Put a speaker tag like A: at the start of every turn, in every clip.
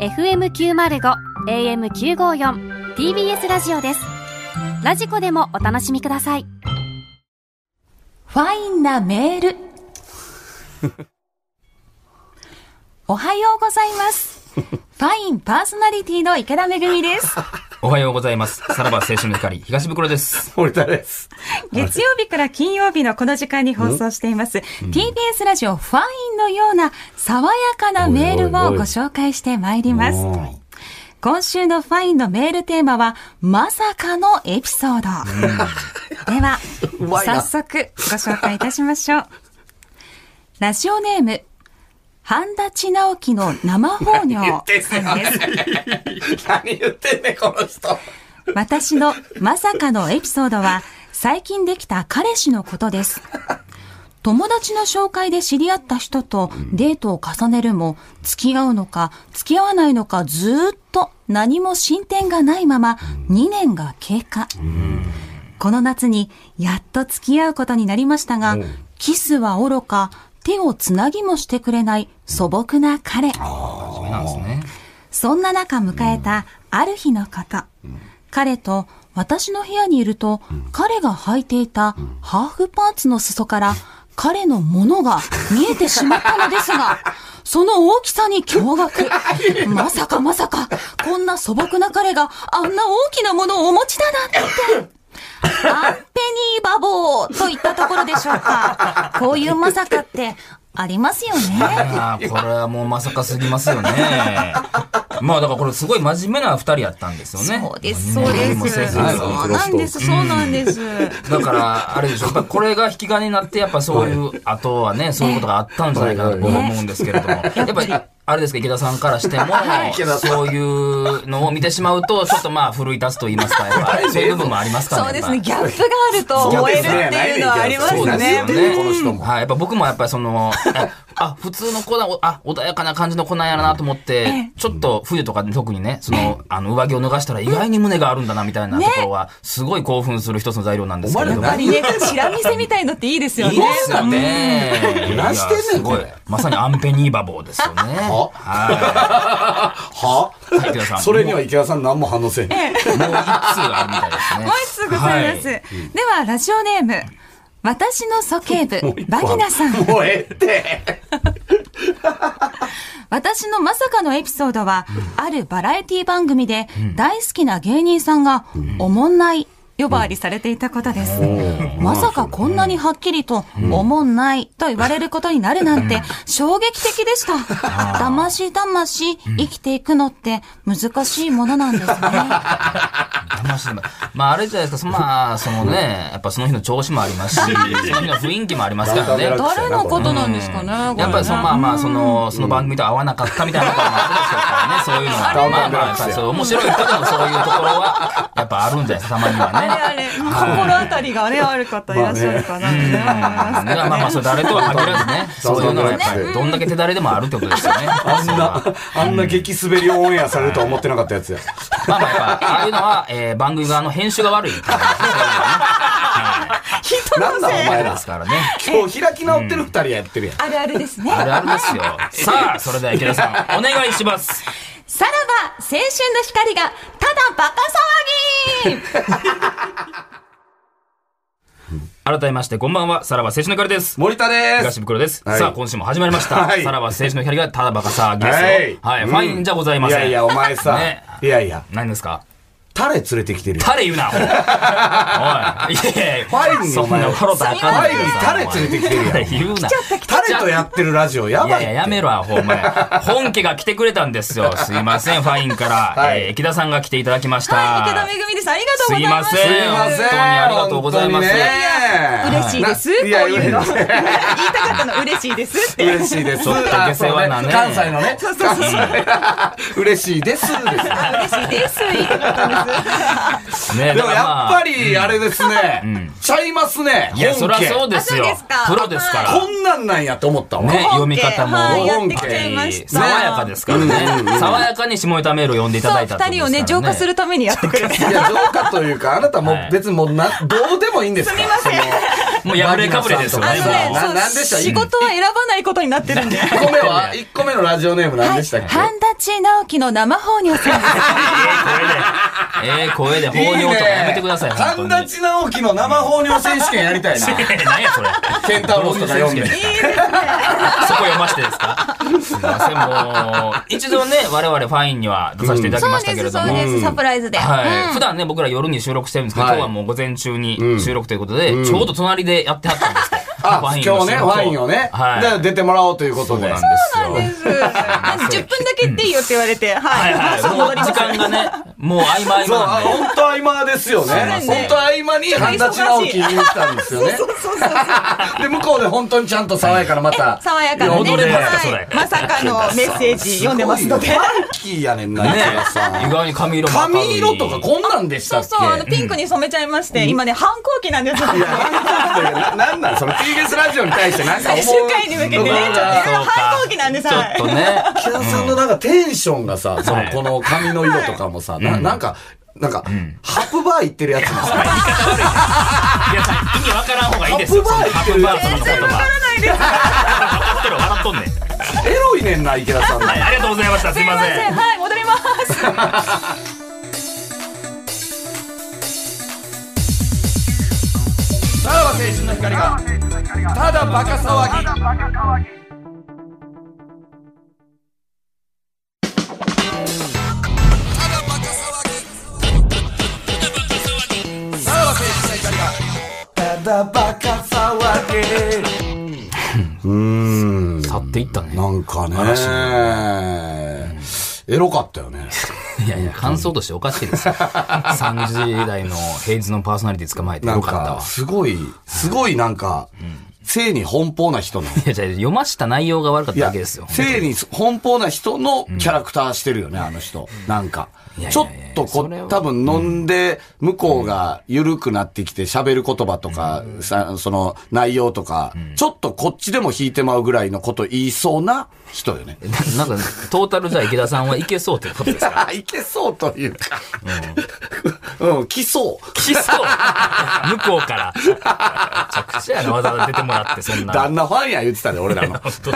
A: FM905 AM954 TBS ラジオですラジコでもお楽しみください
B: ファインなメール。おはようございます。ファインパーソナリティの池田めぐみです。
C: おはようございます。さらば青春の光、東袋です。
D: 森田です。
B: 月曜日から金曜日のこの時間に放送しています、TBS ラジオファインのような爽やかなメールをご紹介してまいります。今週のファインのメールテーマは、まさかのエピソード。では
D: うま、い
B: 早
D: な
B: 速ご紹介いたしましょう。ラジオネーム、半田千直樹の生放尿さんです。
D: 何言ってんねん、この人。
B: 私のまさかのエピソードは、最近できた彼氏のことです。友達の紹介で知り合った人とデートを重ねるも、付き合うのか、付き合わないのか、ずーっと何も進展がないまま、2年が経過。この夏に、やっと付き合うことになりましたが、キスはおろか、手をつなぎもしてくれない素朴な彼。
C: そうなんですね。
B: そんな中迎えたある日のこと。彼と私の部屋にいると、彼が履いていたハーフパンツの裾から彼のものが見えてしまったのですが、その大きさに驚愕。まさかまさか、こんな素朴な彼があんな大きなものをお持ちだなんて。アンペニーバボーといったところでしょうか。こういうまさかってありますよね。
C: ああ、これはもうまさかすぎますよね。 まあだからこれすごい真面目な二人やったんですよね。
B: そうです、
C: も
B: そううで
C: 二年も
B: す。
C: せず
B: そうなんです、そうなんです。
C: だから、あれでしょ、やっぱこれが引き金になって、やっぱそういう、あとはね、そういうことがあったんじゃないかなと僕は思うんですけれども、やっぱり、あれですか、池田さんからしても、そういうのを見てしまうと、ちょっとまあ、奮い立つと言います か、やっぱそういう部分もありますから
B: そう
C: ね。
B: で
C: やっ
B: すね、ギ
C: ぱ
B: ャップがあると思えるっていうのはあります
C: そうです
B: ね
C: よ。
D: ね
C: ね。
D: この人も
C: はい、やっぱ僕もやっぱりそ の、ああ、普通の子だ、おあ、穏やかな感じの子なんやなと思って、ちょっと冬とか特にね、その、あの、上着を脱がしたら意外に胸があるんだなみたいなところは、すごい興奮する一つの材料なんですけれど
D: お
C: も
D: 前。ら
B: ありね、チラ見せみたいのっていいですよ
C: い
B: ね。
C: いですよね。
D: うん何して
C: いやす
D: んねん
C: ごい
D: これ。
C: まさにアンペニーバボーですよね。は
D: は
C: 池田さん
D: それには池田さん何も反応せん。
C: い。もう一通あるみたい ですね。
B: もう一つございます。
C: は
B: では、ラジオネーム。私の素形 部、バギナさん。
D: もうええって。
B: 私のまさかのエピソードは、あるバラエティ番組で、大好きな芸人さんが、おもんない呼ばわりされていたことです。まさかこんなにはっきりと、おもんないと言われることになるなんて、衝撃的でした。だましだまし、生きていくのって難しいものなんですね。
C: 騙しでもまあ、あれじゃないですか、そのまあ、そのね、やっぱその日の調子もあり ますし、その日の雰囲気もありますからね。
D: だんだん
B: 誰のことなんですかね、これね
C: やっぱりそのまあまあそのその番組と合わなかったみたいなところもあるでしょうからねそういうのは
D: ダウン
C: ま
D: タ
C: あ
D: ウン
C: まあやっぱりそう面白い人でもそういうところはやっ ぱあるんじゃないですかたまにはね。
B: あれ、心当たりがね、ある方いらっしゃるかなってね思います
C: まあまあそれ誰とは限らずねそういうのはやっぱ
D: う
C: り
D: ん
C: どんだけ手だれでもあるってことですよね。
D: あんな、あんな激滑りオンエアされるとは思ってなかった やつや。
C: まあまあやっぱ、ああいうのは、えー番組側の編集が悪いっていうのがね
D: なんだお前
C: そうで
D: ら
C: す。からね。
D: 今日開き直ってる二人やってるやん。
B: あるあるですね。
C: あるあるですよ。さあ、それでは池田さん、お願いします。
B: さらば青春の光がただバカ騒ぎ
C: 改めまして、こんばんは、さらば青春の光です。
D: 森田です
C: 東。袋です。
D: はい
C: さあ、今週も始まりました。
D: はい
C: さらば青春の光がただバカ騒ぎですよ。はい、
D: うん
C: ファインじゃございません。
D: いやいや、お前さ
C: ね。
D: いやいや、
C: 何ですか
D: タレ連れてきてるよ。
C: 誰言うな、 おい。おい。いやいや、
D: ファインに
C: そ
D: お
C: んな
D: 前
C: 笑ったらあかんねんけどさ
D: ファインにタレ連れてきてるやん
C: お前言うな。
D: タレとやってるラジオ、や
C: いや
D: ばい
C: い
D: っ
C: や、
D: て。
C: やめろ、アホ、お前。本家が来てくれたんです よ。すいません、ファインから。
D: はい
C: えー池田さんが来ていただきました。
B: はい、池田めぐみです。ありがとうございます。
C: すいま
D: すいません。
C: 本当にありがとうございます
D: 本当にね
B: 嬉しいです。こう
D: いや
B: いうの。
D: い
B: 言いたかったの嬉しいですって。
D: 嬉しいです。
C: ちょっと下世話なね
D: 関西のね。嬉しいです。です
B: 嬉しいです。言いたかったんです。
C: ね、
D: でもやっぱ
C: り、
D: り、あれですね。ちゃいますね。
C: いや、そ
D: 本
C: りゃ
D: 家。
C: そうですよ
B: あそうですか。
C: プロですから。
D: こんなんなんやって思ったわ。
C: ね、
B: 本家
C: 読み方も。
B: はい
D: やって
B: きちゃいました
C: 爽やかですからね。爽やかに下ネタメールを読んでいただ
B: そう、
C: いたってこ
B: 二人
C: と
B: を
C: で
B: ね、
C: すから
B: 浄化するためにやってくれた。
D: いや、浄化というか、あなたもう
C: はい
D: 別にもう な、どうでもいいんですから。すみま
C: もう破れかぶれですよ
B: あ
C: ね、
B: の
C: も
B: ね
C: う。
D: ななんでし
B: そ
D: た
B: う、仕事は選ばないことになってるんで。
D: 1個目は、1個目のラジオネーム何でしたっけ
B: 半田内直樹の生放尿さんです。
C: ええ声で放
D: いい
C: 尿
D: ね
C: とかやめてください。
D: 神
C: 本当
D: 田
C: に
D: 地直樹の生放尿選手権やりたいな。
C: え何や それ。
D: ケンタウロスとか読んで。
C: そこ読ましてですか。すいませんもう一度ね我々ファインには出させていただき
B: そ
C: ま
B: う
C: した
B: で
C: けれ
B: す、
C: ど
B: そう
C: も。
B: です、サプライズで。
C: はい、
B: うん
C: 普段ね、僕ら夜に収録してるんですけど、
D: はい
C: 今日はもう午前中に収録ということで、ちょうど隣でやってはったんですけど。
D: あ、今日ね、ワインをね。
C: はい。
D: だから出てもらおうということ
C: そ
D: で。
C: うなんですよ。
B: そうなんです。10分だけ言っていいよって言われて、
C: はい
B: は。
C: はいい。
B: そう
C: もう
B: 戻りま
C: 時
B: す。
C: 間がね、もう合間合
D: そ
C: 間
D: う、
C: な
D: あ
C: んで。
D: 本当合間ですよね。
B: そうね
D: 本当合間に神田地直樹見に来たんですよね。
B: そうそうそう。
D: で、向こうで本当にちゃんと爽やかなま た。
B: 爽やかなね。
C: 踊れますか
B: はい
C: それ
B: まさかのメッセージ読んでますので
D: ごい。よファンキーやねんな、
C: ね
D: 池田さ
C: 意
D: ん。
C: 外に髪色も明るい
D: 髪色とかこんなんでした
B: そう
D: っけ
B: そう、あの、ピンクに染めちゃいまして、今ね、反抗期なんです。
D: いや、なんなんなんその TBS ラジオに対してなんか思
B: 最
D: う
B: 終回に向けてね、ちょっといろいろ反抗期なんです。
C: ちょ
B: は
C: っ
B: い
C: とね。
D: 池田さんのなんかテンションがさ、そ
C: は
D: の、
C: い
D: この髪の色とかもさ、ななんか、なんか、ハプバー行ってるやつもさ、
C: いや、意味わからん方がいいですよ。その
D: カ
C: カ
D: ッ
C: ップ
D: プ
C: バ
D: バ
C: ーツの言葉。わかってる、笑っとんねん。
D: エロいねんな、池田さんの。
C: はい、ありがとうございました。すい
B: すい
C: ま
B: ま
C: せん
B: せ。ん。はい、戻ります。
D: さらば青春の光が、ただバカ騒ぎ。
C: 去っていったね。
D: なんかね、エロかったよね。
C: いやいや、感想としておかしいですよ。3時台の平日のパーソナリティ捕まえて
D: な
C: よ
D: ん
C: かったわ
D: か、。すごい、すごいなんか、性に奔放な人の。
C: いや、じゃあ読ました内容が悪かっただけですよ。
D: 性に奔放な人のキャラクターしてるよね、あの人。なんか
C: いやいやいや。
D: ちょっとこ
C: それは
D: う、多分飲んで、向こうが緩くなってきて喋る言葉とか、さその内容とか、ちょっとこっちでも引いてまうぐらいのこと言いそうな人よね。
C: ななんか、トータルじゃあ池田さんはいけそうってことですか
D: いけそうというか。 うん、来そう。
C: 来そう向こうから。めちゃくちゃやな、わざわざ出てもらって、そんな。
D: 旦那ファンや言ってた で、俺らの。
C: 本当ですよ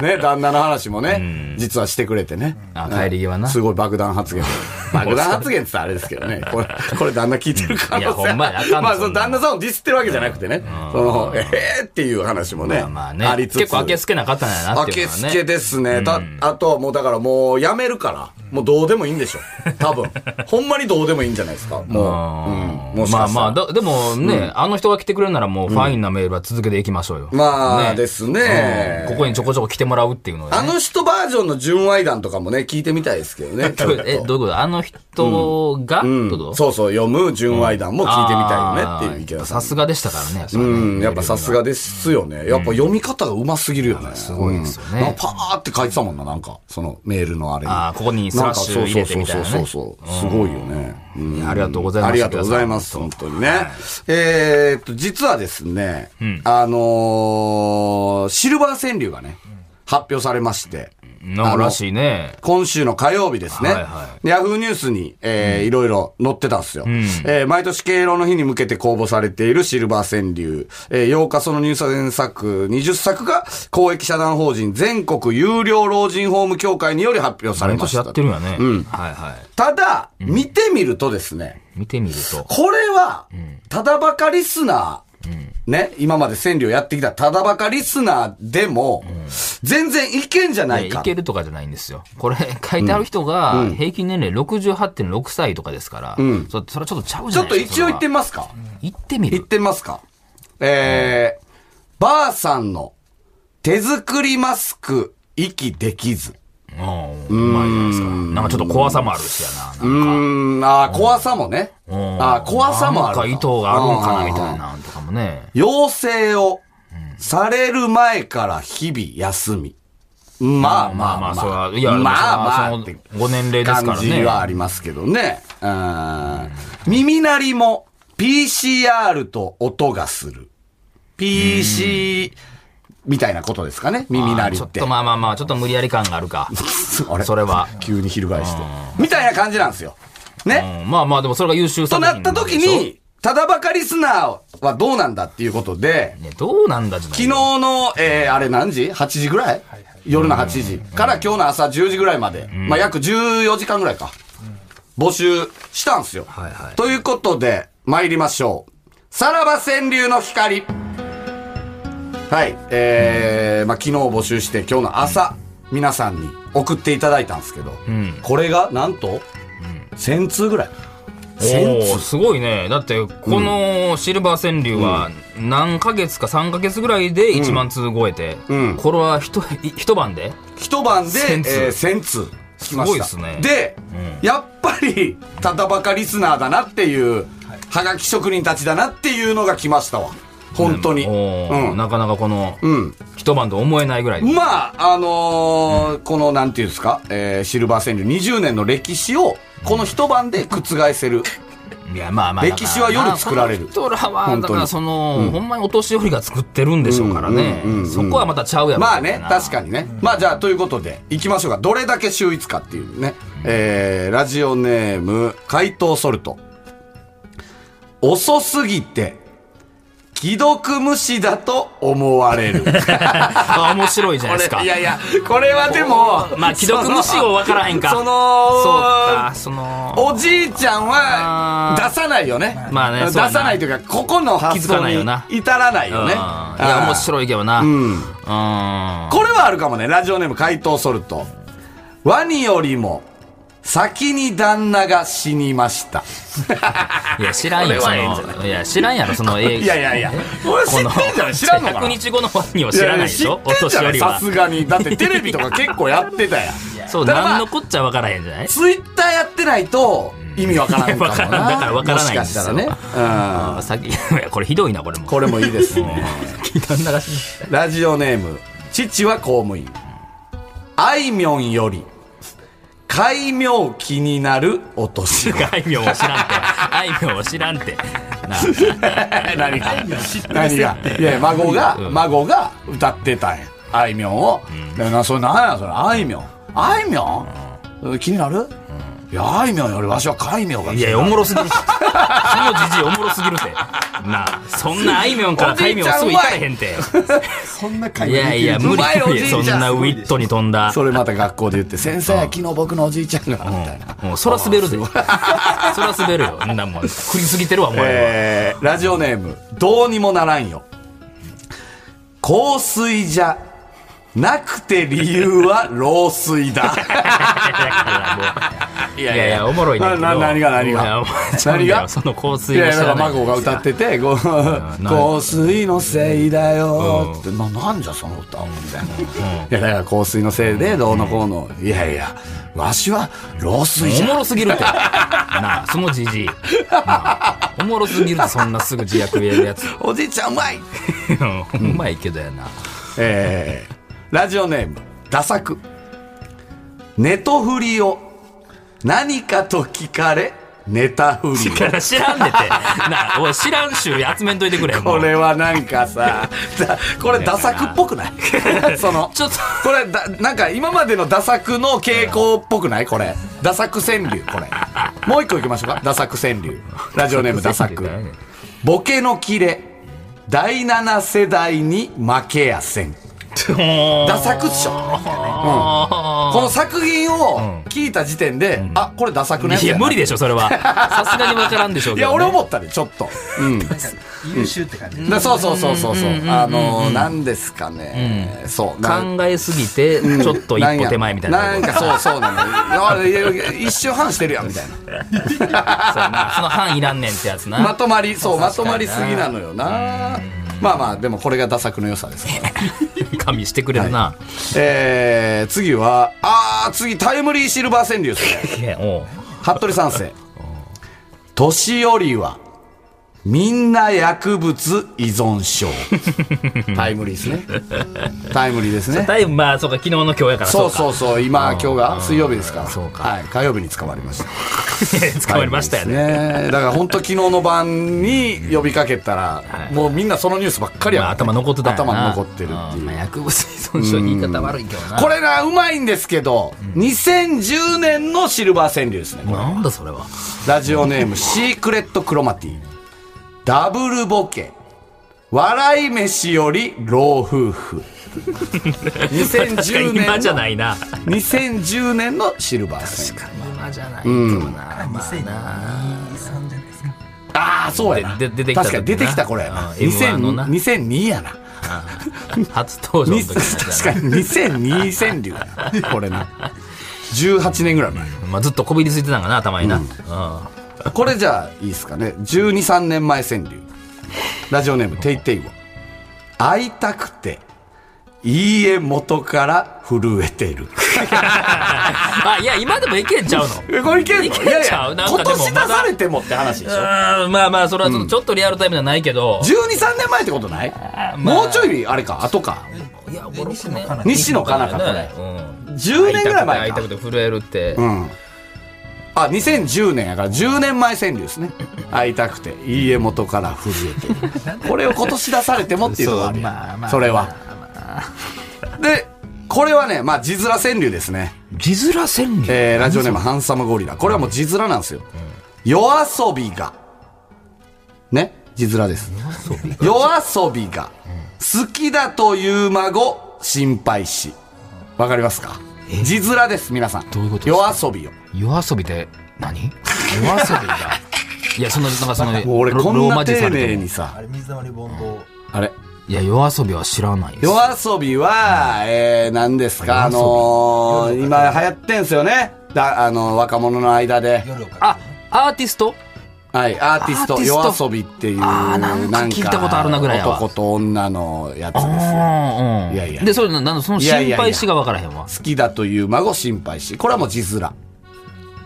D: ね、旦那の話もね、実はしてくれてね。
C: あ
D: うん
C: 帰り際な
D: すごい爆 弾発言。爆弾発言って言ったらあれですけどね。これ、これ旦那聞いてるから。
C: いやほんまやあかんの
D: まあ、
C: そんな
D: その旦那さんをディスってるわけじゃなくてね。その、えーっていう話もね。
C: まあね。
D: ありつつ。
C: 結構明けすけなかったんやな
D: 明
C: ってい
D: け
C: うのは
D: す
C: ね。
D: けですね。た、あとはもうだからもうやめるから、もうどうでもいいんでしょ。多分。ほんまにどうでもいいんじゃないですか。もう。うん。もし
C: ま
D: か
C: あ
D: した
C: ま
D: ら
C: あ、だでもね、あの人が来てくれるならもうファインなメールは続けていきましょうよ。
D: まあですね
C: うんここにちょこちょこ来てもらうっていうので
D: あ
C: ね。
D: の人バージョンの純愛談とかもね、聞いてみたいです けどね。ちょっと
C: え、どういうことあの人が、って
D: うん
C: こと
D: そうそう、読む純愛談も聞いてみたいよねっていう意見
C: あーやっぱさ
D: が
C: すがでしたからね。それはね
D: うん、やっぱさすがですよね。やっぱ読み方がうますぎるよね。す
C: ごいですよね
D: パーって書いてたもんな、なんか、そのメールのあれに。
C: あーここにスラッシュ入れてみたいなね
D: んかそうそうそうそうそう。すごいよね。うん
C: いやありがとうございます
D: ありがとうございます、本当にね。えーっと、実はですね、あのーシルバー川柳がね、発表されまして。
C: なんからしいね。
D: 今週の火曜日ですね。
C: はいは
D: ヤフーニュースに、えーいろいろ載ってたんですよ。えー毎年敬老の日に向けて公募されているシルバー川柳。えー8日その入選作20作が公益社団法人全国有料老人ホーム協会により発表され
C: 毎
D: まし
C: 年や
D: た。
C: ってるんやね。
D: うん
C: はいは
D: ただ、見てみるとですね、
C: い。見てみると。
D: これは、ただバカリスナー、ね、今まで川柳をやってきたただバカリスナーでも、全然いけんじゃないい
C: やい
D: か。
C: けるとかじゃないんですよ。これ、書いてある人が、平均年齢68.6歳とかですから、そそれはちょっとちゃうじ
D: ち
C: ゃな
D: ょっ
C: い
D: と
C: ですか。
D: 一応言って
C: み
D: みますか。
C: 行ってみ
D: 言っ
C: る。
D: てみますか。えー、ばあさんの手作りマスク、息できず。
C: うん。うまいじゃないですか。なんかちょっと怖さもあるしやな。
D: う
C: なんか。
D: ーん、あー怖さもね。
C: うん
D: あー怖さもある
C: なんか意図があるんかな、みたい。
D: うん
C: な、とかもね。
D: 要請をされる前から日々休み。まあまあまあ。
C: それは、いや、でも
D: まあまあ
C: そ
D: っ
C: れは
D: て
C: そのご年齢ですから
D: 感じはあ
C: ね。
D: りますけどね。うん耳鳴りも PCR と音がする。PC みたいなことですかね、耳鳴り
C: ちょ
D: っ。
C: ってとまあまあまあ、ちょっと無理やり感があるか。
D: あれ
C: それは。
D: 急に翻して。みたいな感じなんですよ。
C: う
D: ね。
C: んまあまあ、でもそれが優秀
D: と
C: 作
D: な
C: 品
D: った時
C: でしょ、
D: に、ただばかリスナーはどうなんだっていうことで、
C: ね、どうなんだじゃない
D: 昨日の、えー、あれ何時 ?8 時ぐらい、夜の8時から今日の朝10時ぐらいまで、まあ約14時間ぐらいか、募集したんすよ。
C: はいはい
D: ということで、参りましょう。さらば川柳の光。はい、えー、まあ昨日募集して今日の朝、皆さんに送っていただいたんですけど、
C: ん
D: これがなんと、1000通ぐらい。1000
C: おー
D: 通
C: すごいねだってこのシルバー川柳は何ヶ月か3ヶ月ぐらいで1万通超えて、
D: うん
C: これはひとい一晩で
D: 一晩で
C: 1000通
D: えー1000通聞きました
C: すごいっすね
D: で、やっぱりただバカリスナーだなっていう、はがき職人たちだなっていうのが来ましたわ本当に、
C: おー
D: うん
C: なかなかこの
D: うん
C: 一晩と思えないぐらい、
D: まああのーこのなんていうんですか、えーシルバー川柳20年の歴史をこの一晩で覆せる、
C: いやまあまあ
D: 歴史は夜作られ
C: だからこの
D: る
C: 人らは
D: 本当に
C: だからその、ほんまにお年寄りが作ってるんでしょうからね、
D: うんうんうんうん
C: そこはまたちゃうやろ
D: まあね確
C: に
D: かにね、まあじゃあということでいきましょうかどれだけ秀逸かっていうね、えーラジオネーム怪盗ソルト遅すぎて既読無視だと思わ れる
C: あ面白いじゃないです
D: こ
C: か
D: れいやいやこれはでも
C: まあ既読無視を分からへんか
D: その
C: そうかその
D: おじいちゃんは
C: あー
D: 出さないよね。
C: まあね
D: 出
C: そうや
D: さ
C: な
D: ないというか、ここの発
C: 気づ
D: 想
C: かない
D: に
C: よな
D: 至らないよね。
C: うんいや面白いけどな、
D: うん
C: うん
D: これはあるかもね。ラジオネーム怪盗ソルト。ワニよりも先に旦那が死にました。
C: いや、知らんよ、
D: こ
C: そ
D: れはええんじゃ
C: の、いや、知らんやろ、その映
D: いやいやいや、これ知ってんじゃん知らんのかな
C: 100日後のファンには知らないでしょ、
D: や
C: お
D: や知ってんじ
C: 年
D: ゃな
C: 寄
D: い
C: り
D: さ
C: は。
D: すがに。だってテレビとか結構やってたやん。
C: そう、
D: だから
C: なんのこっちゃ分からへんじゃない
D: ツイッターやってないと意味わからんかもな。
C: いやわからんだから わからないん
D: も
C: で
D: し
C: す
D: か
C: よ
D: したらね。うん。
C: あさっき、い や、これひどいな、これも。
D: これもいいですね。
C: 旦那が死ん
D: ラジオネーム、父は公務員。あいみょんより、改名気になるお年
C: だ。あいみょんを知らんて。あいみょんを知らんて。なあ
D: 何が何がいや孫が、
C: うん
D: 孫が歌ってたんやあいみょんを、でなそれなんやそれあいみょんあいみょん、気になる、いやあいみょんよりわしはかいみょんが
C: い
D: 気にな
C: や、
D: る
C: おもろすぎる。そのじじいおもろすぎるて。なあ、そんなあいみょんからかいみょんすぐ行かれへんて。
E: そんな会
C: い
E: 話でき
C: や
E: る
C: いや、無
D: うまいお
C: 理
D: じいちゃ
C: そ
D: ん
C: んなウィットに飛んだ。
D: それまた学校で言って「先生昨日僕のおじいちゃんが」みたいな、
C: うん、そら滑るで。そら滑るよ。んなもん、食りすぎてるわ、お前は。
D: えーラジオネーム「どうにもならんよ」香水じゃなくて理由は老衰だ い
C: いやいや、おもろいねんけど。
D: なな何が何
C: いや
D: が
C: お前ちゃうん
D: 何
C: だよ
D: が
C: その香水
D: いや
C: が
D: い
C: 知
D: やだからら
C: ない。
D: 孫が歌ってて「 ご香水のせいだよ」って「ななんじゃその歌」みたいな「いやだから香水のせいでどうのこうの」いやいやわしは老衰じ
C: お
D: ゃ
C: もろすぎるって。なあ、そのじじい。なあおもろすぎるって、そんなすぐ自虐言えるやつ。
D: おじいちゃんうまい!
C: うんうまいけどやな。」
D: えーラジオネーム「ダサく」「ネトフリを何かと聞かれネタフリを」
C: 知らん でて。なあ、おい知らん種類集めんといてくれ。も
D: こ
C: う
D: れはなんか さ、だこれダサくっぽくない その、
C: ちょっと
D: これだ、なんか今までのダサくの傾向っぽくないこれ。ダサく川柳、これ。もう一個いきましょうか。ダサく川柳。ラジオネームダサく。ボケのキレ、第7世代に負けやせ ん。ダサくっしょ。うんこの作品を聞いた時点で、あ、これダサくのやつ
C: い
D: や
C: や、
D: な
C: 無理でしょ、それは。さすがにわからんでしょう
D: い
C: けど
D: や、
C: ね。
D: 俺思ったで、ちょっと。うん。
E: 優秀って感じ
D: でそうそうそうそうそうあのーなんですかね、そうなん
C: 考えすぎて、ちょっと一
D: なんや
C: 歩手前みたいなとこ。
D: なんかそうそうなのあいやいや一周半してるやんみたいな
C: そうやなその範囲いらんねんってやつな。
D: まとまりそうまとまりすぎなのよなまあまあでもこれがダサくの良さですから
C: 加味してくれるな。
D: えー、次はあー次タイムリーシルバー川柳ですね
C: いやおう
D: 服部三世年寄りはみんな薬物依存 症タイムリーですねタイムリーですね
C: だいぶまあそうか昨日の今日やから
D: そう
C: う
D: そうそう、今、今日が水曜日ですから。
C: そうか
D: はい、火曜日に捕まりました。
C: か捕まりましたよね
D: ね。だから本当昨日の晩に呼びかけたら、もうみんなそのニュースばっかりや
C: まあ頭残ってたんやな
D: 頭に残ってるって
C: うんまあ
D: いう。
C: 薬物依存症言い方悪いけどな
D: これな、うまいんですけど、2010年のシルバー川柳ですね。
C: なんだそれは
D: ラジオネーム、シークレットクロマティ。ダブルボケ。笑い飯より老夫婦。
C: 確かに
D: 2010年
C: 今じゃ
D: の
C: ないな。
D: 2010年のシルバー戦。
C: 今じゃないかな。まあ
E: 2023じゃないですか。
D: ああ、そうやな。
C: でで出てきた時な
D: 確かに出てきたこれやな。
C: うん M1 のな
D: 2002 2002やな。
C: 初登場の
D: に
C: 時
D: 確かに2002川柳やな。これな。18年ぐらい前。
C: に。まあずっとこびりついてたんかな、頭にな。うん。
D: これじゃあいいですかね1 2 3年前川柳ラジオネームていていご会いたくていいえ元から震えてる
C: あ、いや、今でもいけんちゃうの。
D: えこれいけんの
C: いけ
D: いやい
C: ちゃ
D: や
C: うなん
D: 今
C: かでも
D: 年出
C: まだ
D: されてもって話でしょ
C: うんまあまあ、それはちょっとちょっとリアルタイムじゃないけど。
D: 123年前ってことない、もうちょいあれか後か
C: いや、俺西野かな
D: 西野カナかこれ10年ぐらい前か
C: 会いたくて震えるって
D: う。んあ2010年やから10年前川柳ですね会いたくていいえ元から震えてるこれを今年出されてもっていうのがある
E: そうまあまあ
D: それはでこれはねまあ字面川柳ですね
C: 地面川柳
D: えーラジオネームハンサムゴリラ。これはもう字面なんですよ。夜遊びが。ね字面です。夜遊びが。好きだという孫、心配し。わかりますか字面です、皆さん。
C: どういうことです
D: 夜
C: か
D: 遊びよ。
C: 夜遊びで何夜遊びが。 いや、その、なんかその、
D: もう俺
C: ロ
D: こん
C: ロー
D: な
C: マ字
D: 丁
C: され
D: 寧
C: ても
D: にさ
E: あ、れ水溜りボンド。
D: あれ
C: いや、夜遊びは知らないです。
D: 夜遊びは、えー、何ですかあのー、今流行ってんすよね。だあの、若者の間で。
E: 夜をかけて
C: あ、アーティスト
D: はい、アーティス
C: ア
D: ト、
C: ーティスト
D: 夜遊びっていう、
C: あーなんか聞いたことあるなぐらいやわ
D: 男と女のやつですよ。
C: うんうん。
D: いやいや
C: で、それ、ななんだその
D: いやい
C: 心
D: やいや
C: 配しが分からへんわ。
D: 好きだという孫心配し、これはもう字面。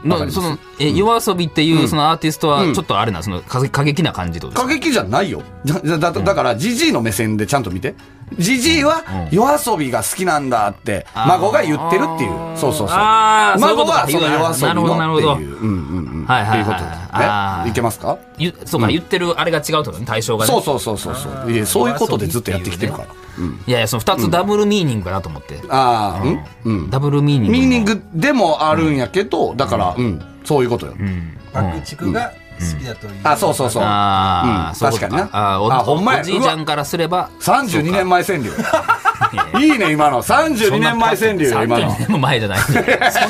D: わか
C: の
D: ります
C: その、え、夜遊びっていう、そのアーティストは、ちょっとあれな、その、か過激な感じってこと
D: 過
C: ですか
D: 激じゃないよ。だだだだから、ジジイの目線でちゃんと見て。ジジイは夜遊びが好きなんだって、孫が言ってるっていう。そうそうそう。
C: あーそういうことか
D: 孫はその夜遊
C: なるほどなるほ
D: び
C: ど
D: のっていう。うんうんうん。
C: はいはいはい
D: っていうこと
C: あ
D: です
C: ー
D: ね。いけますか
C: ゆそうか、言ってるあれが違うってことね、対象がね。
D: そうそうそうそうそう。いやそういうことでずっとやってきてるから。
C: いやいや、その二つダブルミーニングかなと思って。
D: ああ、うんうん。
C: ダブルミーニングの。
D: ミーニングでもあるんやけど、だから、うん、そういうことよ。
E: 爆竹が好きだという。
D: あ、そうそうそう。
C: ああ、
D: うん
C: そういうこと
D: 確かにな
C: あーお
D: あほんまや
C: おじいちゃんからすれば。
D: 32年
C: 前。
D: 前川柳。いいね、今の。32年前川柳よ、今の
C: 32。年も前じゃない。そんな前じ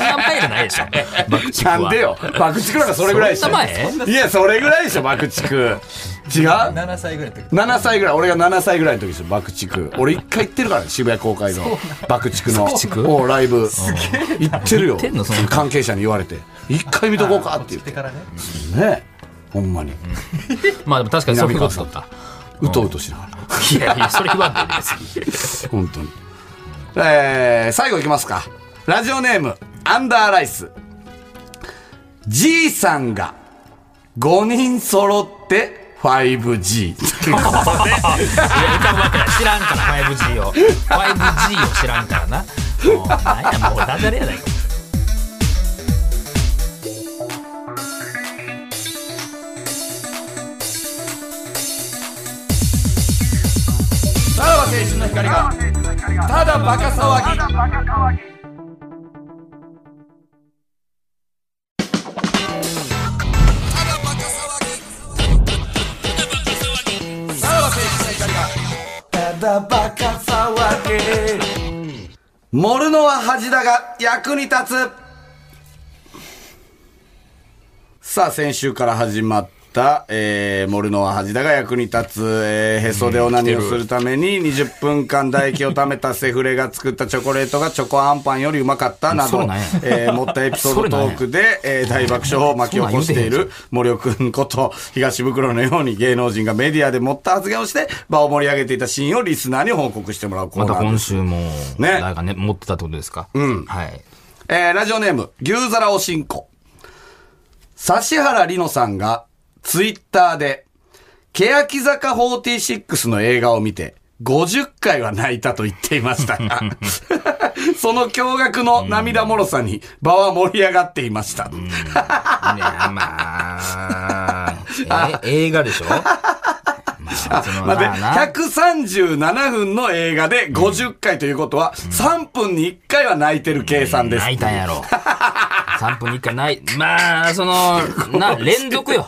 C: ゃないでしょ。爆竹は
D: なんでよ。爆竹なんかそれぐらいで しょ。
C: そんな前
D: いや、それぐらいでしょ、爆竹。違う
E: 7歳ぐらいの時。
D: ?7 歳ぐらい、俺が7歳ぐらいの時ですよ、爆竹。俺一回行ってるからね、渋谷公開の爆竹の
C: 爆竹
D: おライブ。行ってるよ
C: 行ってんのその。
D: 関係者に言われて。一回見とこうかって言っ
E: して
D: て。
E: からね。
D: ねほんまに。
C: まあでも確かにそういうことだった。
D: うとうとしながら。
C: いやいや、それ言わんでいいです。
D: 本当に。えー、最後いきますか。ラジオネーム、アンダーライス。じいさんが5人揃って 5G。
C: いや、歌うわけない。知らんから、5G を。5G を知らんからな。もう、なんや、もうダジャレやないか。
D: さらば青春の光が、ただバカ騒ぎ。盛るのは恥だが役に立つさあ、先週から始まった、えー、盛るのは恥だが役に立つ、えー、へそでオナニーをするために20分間唾液を貯めたセフレが作ったチョコレートがチョコアンパンよりうまかったな
C: そ
D: ど
C: れなんや、
D: えー、持ったエピソードトークで、えー、大爆笑を巻き起こしている森尾くんこと東袋のように芸能人がメディアで持った発言をして場を盛り上げていたシーンをリスナーに報告してもらうコー
C: ま
D: ナ
C: た
D: ー
C: 今
D: です。
C: 週も、
D: ね
C: 誰かね、持ってたってことですか。うん。はい。
D: えー、ラジオネーム、牛皿おしんこ。指原莉乃さんが、ツイッターで、欅坂46の映画を見て、50回は泣いたと言っていました が、その驚愕の涙もろさに場は盛り上がっていました。
C: いや、まあ、 え映画でしょ まあ、その
D: まあで、
C: まあな
D: 137分の映画で50回ということは、3分に1回は泣いてる計算です。
C: 泣いたんやろ。 3分に1回ない。 まあ、その、な、連続よ。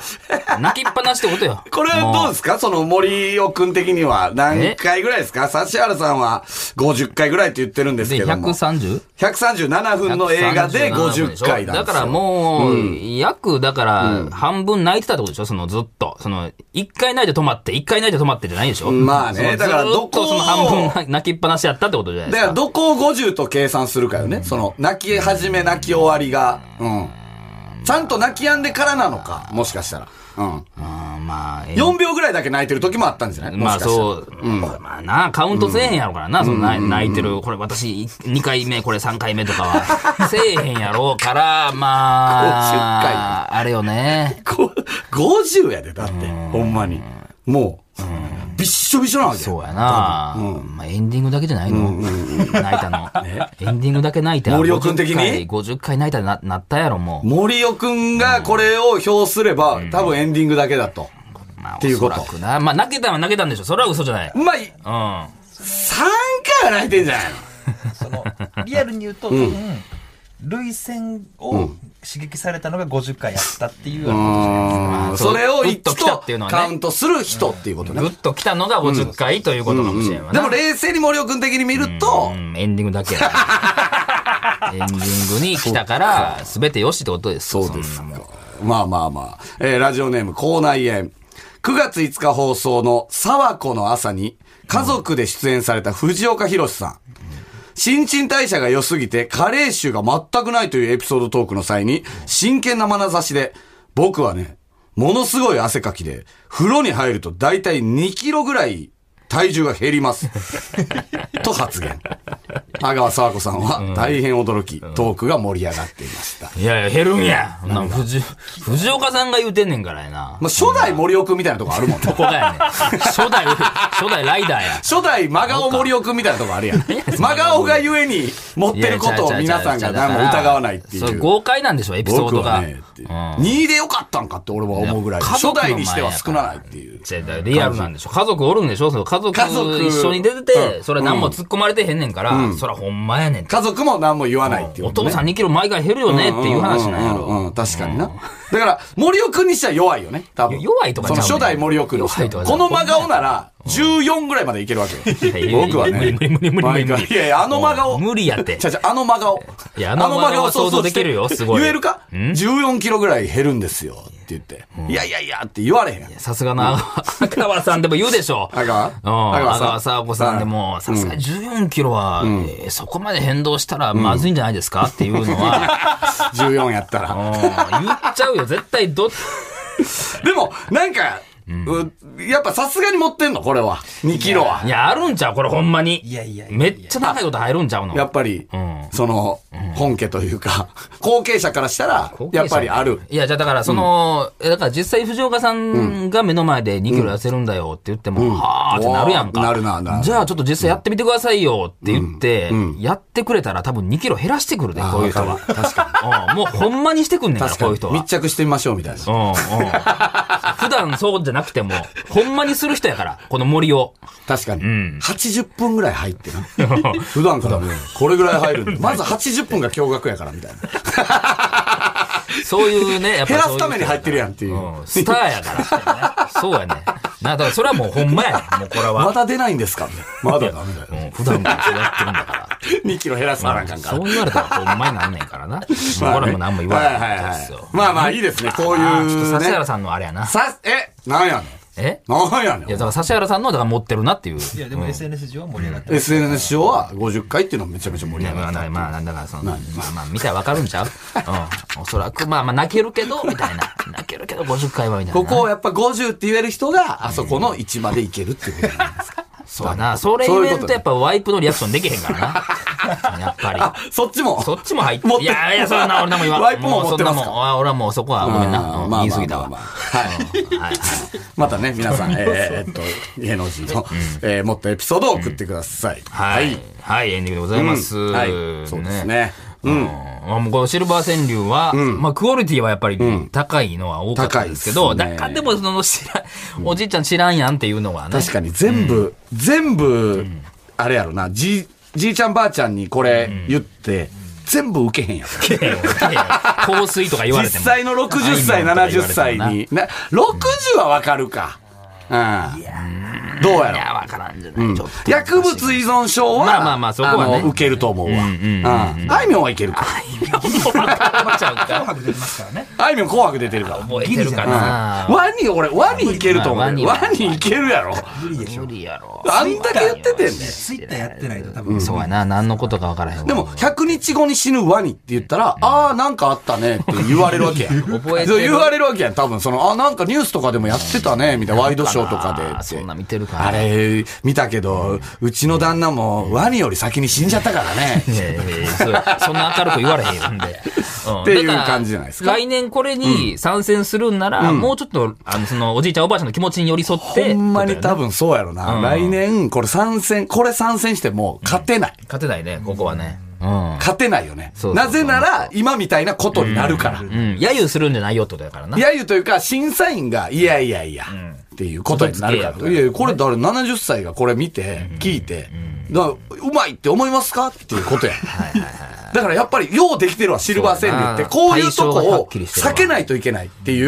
C: 泣きっぱなし ってことよ。
D: これはどう
C: も
D: ですかその森尾くん的には何回ぐらいですか指原さんは50回ぐらいって言ってるんですけ
C: で、
D: ども。
C: 130?
D: 137分の映画で50回なんです
C: だ
D: よ。
C: からもう、約、だから、半分泣いてたってことでしょそのずっと。その、一回泣いて止まって、一回泣いて止まってじゃないでしょ
D: まあね
C: その
D: だからどこを
C: ずっとその半分泣きっぱなしやったってことじゃないで
D: だ
C: す
D: か
C: か。
D: らどこを50と計算するかよね。その、泣き始め、泣き終わりが。うん。ちゃんと泣き止んでからなのか、もしかしたら。うん。
C: うんまあ、ええ
D: 4秒ぐらいだけ泣いてる時もあったんじゃないも
C: ま
D: し
C: あ
D: かしたら。
C: そう、まあな、カウントせえへんやろからな、そのな泣いてる、これ私、2回目、これ3回目とかは、 せえへんやろうから、まあ、あれよ ね。
D: こ50やで、だって。ほんまに。もう、びっしょびしょなわけよ。
C: そうやな、まあエンディングだけじゃないの、泣いたの、 エンディングだけ泣いた
D: 森尾君的に
C: 50回 ?50 回泣いたらななったやろ、もう。
D: 森尾くんがこれを表すれば、多分エンディングだけだと。
C: まあ、
D: っていうこと
C: おそらくな。まあ、泣けたんは泣けたんでしょ。それは嘘じゃない。うん。
D: まあ、3回は泣いてんじゃないの
E: そのリアルに言うと、多分涙腺を刺激されたのが50回やったっていうようなことじゃないですか
D: うん
C: まあ
D: それを
C: グッ
D: 1
C: と来たっていうの
D: と
C: はね
D: カウントする人っていうことね
C: グ。ッと来たのが50回ということかもしれんわ
D: で
C: な、
D: も冷静に森尾くん的に見ると
C: う、ん、エンディングだけや なエンディングに来たから、すべてよしってことです。
D: そうですか。まあまあまあ。えーラジオネーム、口内炎。9月5日放送の沢子の朝に、家族で出演された藤岡弘さん。新陳代謝が良すぎて、加齢臭が全くないというエピソードトークの際に、真剣な眼差しで、僕はね、ものすごい汗かきで、風呂に入ると大体2キロぐらい体重が減ります。 と発言。阿川沢子さんは大変驚き、トークが盛り上がっていました。
C: いやいや、減るんや。そんな藤、藤岡さんが言うてんねんからやな。
D: まあ、初代森尾くんみたいなとこあるもんね。
C: ここがやねん。初代、初代ライダーや。
D: 初代真顔森尾くんみたいなとこあるやん。真顔がゆえに持ってることを皆さんが何も疑わないってい。
C: そう豪快なんでしょ、エピソー
D: 僕
C: ドが。
D: はね、っていう2位でよかったんかって俺は思うぐらい。初代にしては少ないっていう。
C: 絶対リアルなんでしょ。家族おるんでしょその家族
D: 家族
C: 一緒に出て
D: う
C: て、
D: ん
C: それ何も突っ込まれてへんねんから、そらほんまやねんって。
D: 家族も何も言わないっていう、
C: お父さん2キロ毎回減るよねっていう話なんやろ。
D: うんうんうん確かにな。だから、森尾くんにしては弱いよね、多分。
C: いや弱いとか
D: そ
C: ちゃう
D: の
C: ねん
D: 初代森尾くんにして
C: 弱
D: は
C: いとかちゃ
D: こ
C: う
D: の真顔なら、14ぐらい までいけるわけ
C: い
D: よ。
C: や
D: 僕はね。
C: 無理無理無理無理無理無理
D: 毎回いやいや、あの真顔。
C: 無理やって
D: ちゃうちゃうあの真顔。
C: いやあの真顔は想像できるよ
D: して
C: すごい
D: 言えるか ?14 キロぐらい減るんですよ。って言って。いやいやいやって言われへん。
C: さすがの赤川さんでも言うでしょ。
D: 赤
C: うん
D: 川赤
C: 赤
D: 川さん
C: 川さん子さんでも、さすがに14キロは、えーそこまで変動したらまずいんじゃないですかっていうのは、
D: 14やった
C: う
D: ら。
C: ん言っちゃうよ。絶対ど、
D: でも、なんか、うやっぱさすがに持ってんのこれは。2キロは。
C: いや、あるんちゃうこれほんまに。
E: いやいやいやいや
C: めっちゃ長いこと入るんちゃうの
D: やっぱり
C: ん、
D: その、本家というか、後継者からしたら
C: 後、継者
D: やっぱりある。
C: いや、じゃあだから、その、えだから実際藤岡さんが目の前で2キロ痩せるんだよって言っても、はーってなるやんか。
D: なるななる
C: じゃあちょっと実際やってみてくださいよって言って、やってくれたら多分2キロ減らしてくるで、こういう人は。確かに。もうほんまにしてくんねんから、こういう人は。
D: 密着してみましょうみたいな。
C: うんうん普段そうじゃなくても、ほんまにする人やから、この森を。
D: 確かに。80分ぐらい入っ てな。普段からね、これぐらい入るんだまず80分が驚愕やからみたいな。
C: そういうね、やっぱ
D: 減ら
C: そうい
D: す
C: う
D: ために入ってるやんっていう。
C: うんスターやから。 そうやね。な、だからそれはもうほんまやね。もうこれは。
D: まだ出ないんですかま だダメだよ。
C: うん普段からそうやってるんだから。
D: 2キロ減らすならあかんか
C: そ
D: ら。
C: う言われたらほんまになんねんからな。
D: まあね
C: 俺も何も言わないですよ。
D: まあまあいいですね、こうい
C: あーちょっと
D: う
C: 指
D: ね
C: 原。さんのあれやな。
D: さ、え、なんやね
C: え
D: ん。なんやね
C: いや、だ
D: ん。
C: から指原さんのだから持ってるなっていう。
E: いやでも SNS 上は盛り上がってる
D: SNS 上は50回っていうのめちゃめちゃ盛り
C: い
D: 上
C: や
D: がる。
C: まあ、だからまあ、だからその、まあまあ、見たらわかるんちゃううん。おそらく、まあまあ、泣けるけど、みたいな。泣けるけど、50回は、みたいな。
D: ここをやっぱ50って言える人が、あそこの1までいけるっていうことなんですか。
C: そうやな。それ
D: そう
C: 入
D: い
C: れ
D: うこ
C: る
D: とね
C: と、やっぱワイプのリアクションできへんから な。やっぱり。
D: あ、そっちも
C: そっちも入って。
D: 持って
C: いやいや、そん な俺何も言わん。
D: ワイプも持ってますか
C: もうそんなもんあ俺はもうそこはごめんな。
D: あー
C: うん
D: まあ
C: 言い過ぎたわ。
D: まあまあ
C: はい。はい。
D: またね、皆 さん、えーえーっと、芸能人の、えーもっとエピソードを送ってください。
C: はい。はい、エンディングでございます。
D: うんはい。そうです。ね。う。
C: うんん。まあもうこのシルバー川柳は、まあクオリティはやっぱり高いのは多かったんですけど、
D: 高いっすね
C: だからでもその知らん、おじいちゃん知らんやんっていうのはね。
D: 確かに全部、全部、あれやろな、じい、じいちゃんばあちゃんにこれ言って、全部受けへんやん。
C: いやいやいや香水とか言わ
D: 実
C: れても。
D: 際の60歳、
C: あいみょんとか言
D: 70
C: われ
D: 歳
C: てもな
D: に。な60はわかるか。うん。どうやろ
C: いや、わからんじゃない。ちょっと
D: 薬物依存症は、
C: まあまあまあそこはね
D: の受けると思うわ。
C: う
D: うん
C: うんうんうん
D: んあいみょんはいけるか。
C: 困っちゃう
E: 紅
C: か。
E: 白出てますからね。
D: あいみょん紅白出てるから。
C: 覚えてるかな。
D: ワニ、俺、ワニいけると思う。
C: ま
D: ワ
C: あワニ
D: ニ
C: はい
D: けるやろ。
E: 無理でしょ。
C: 無理やろ。
D: あんだけやっててんねん。
E: ツイッターやってないと多
C: う
E: 分。
C: んそうやな。何のことかわからへんわ。
D: でも、100日後に死ぬワニって言ったら、あーなんかあったねって言われるわけ や。
C: 覚えて
D: そう
C: る
D: 言われるわけやん、多分。その、あ、なんかニュースとかでもやってたね、みたいな、ワイドショーとかでって。
C: そんな見てるかな
D: あれ、見たけど、うちの旦那もワニより先に死んじゃったか らね。
C: いやいやいやそうそんな明るく言われへんよん で。っ
D: っていう感じじゃないですか
C: 来年これに参戦するんなら、もうちょっと、あの、その、おじいちゃんおばあちゃんの気持ちに寄り添って。
D: ほんまに多
C: 分。
D: 分そうやろな。
C: うん
D: 来年、これ参戦、これ参戦しても勝てない。
C: 勝てないね、ここはね。うん。
D: 勝てないよね。
C: そうそう
D: なぜなら、今みたいなことになるから。
C: うん。揶揄するんじゃないよってことだからな。
D: 揶揄というか、審査員が、いやいやいや、っていうことになるか
C: 嘘つけ
D: ら。いやいや、これ誰、70歳がこれ見て、聞いて、だからうまいって思いますかってい うことや。だからやっぱり、ようできてるわ、シルバー川柳って。
C: そう
D: こ
C: や
D: う
C: な
D: いうと
C: 対象がは
D: こ
C: っ
D: を
C: きりしてるわ
D: 避けないといけないってい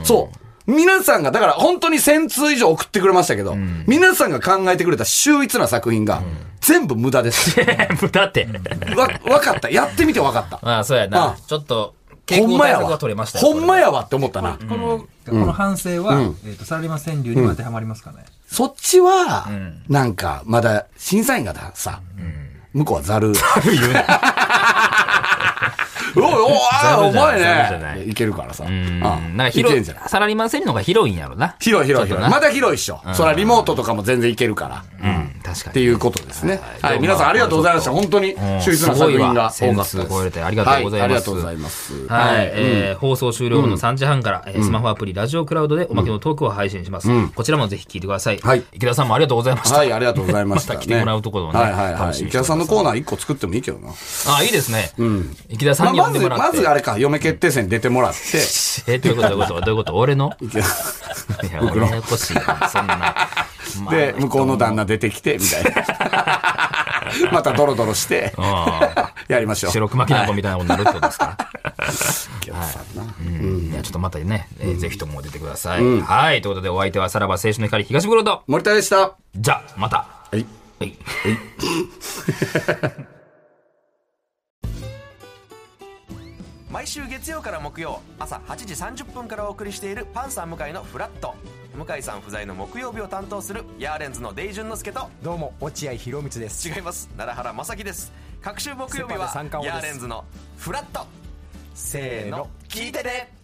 D: う、そう。皆さんが、だから本当に1000通以上送ってくれましたけど、皆さんが考えてくれた秀逸な作品が、全部無駄です。
C: だって。
D: わ、わかった。やってみてわかった。
C: ああ、そうや
D: あ
C: な。ちょっと、傾
D: ほん
C: 向
D: ま
C: 対
D: や
C: 策
D: わ。
C: が取れましたよ
D: ほんまやわって思ったな。
E: この、この反省は、えっと、サラリーマン川柳にも当てはまりますかね。
D: そっちは
C: ん、
D: なんか、まだ、審査員がださ、向こうはざる。ざる言う な。おいおい、あー
C: ざるじゃない
D: お前
C: ざるじゃない
D: ね。いけるからさ。う
C: うんん。なんか
D: いけん
C: 広
D: じゃ
C: い
D: ない。
C: サラリーマン線の方が広いんやろな。
D: 広い広い
C: ちょっと
D: 広い。
C: な
D: まだ広いっしょ。そらリモートとかも全然いけるか
C: う
D: ら。
C: ん。確か
D: って
C: に。
D: いうことですね。
C: はい
D: はい、皆さんありがとうございました。本当に
C: ん、
D: 秀逸な作品が多かった
C: すごいわセンス
D: です。
C: 超えてありがとうございます
D: はありがとうございます。
C: はい、
D: うん
C: えー放送終了後の3時半から、えースマホアプリ、ラジオクラウドでおまけのトークを配信します。こちらもぜひ聞いてください。
D: はい
C: 池田さんもありがとうございました。
D: はい、ありがとうございました
C: ま
D: ね。
C: た来てもらうところをね
D: はいはいは
C: 楽
D: い。
C: しみに
D: 池
C: してくださ
D: 田さ
C: い
D: んのコーナー一個作ってもいいけどな。
C: ああ、いいですね。池田さんに
D: まあ
C: 呼ん
D: ま
C: で
D: ず、
C: もら
D: ま
C: って。
D: ずあれか、嫁決定戦出ても らって。
C: え、どういうことどういう ことどういうこと俺の
D: 池
C: い
D: 田
C: や、俺ややこしいなそんな。まあ
D: で、向こうの旦那出てきて、み たいな。またドロドロして、
C: あ
D: やりましょう。
C: 白熊きなこみたいなことになるってことです か、はいうん、いやちょっとまたね、えーぜひとも出てください、はいということでお相手はさらば青春の光東袋と
D: 森田でした。
C: じゃあまた
D: はい。
C: はい
F: 毎週月曜から木曜朝8時30分からお送りしているパンサー向井のフラット向井さん不在の木曜日を担当するヤーレンズのデイジュンの之介と
G: どうも落合博満です
F: 違います奈良原正樹です各週木曜
G: セ
F: 日は
G: パで三冠王
F: ヤ
G: です
F: ーレンズのフラットせ
G: せ
F: ー
G: ーの
F: の聞いてて、ね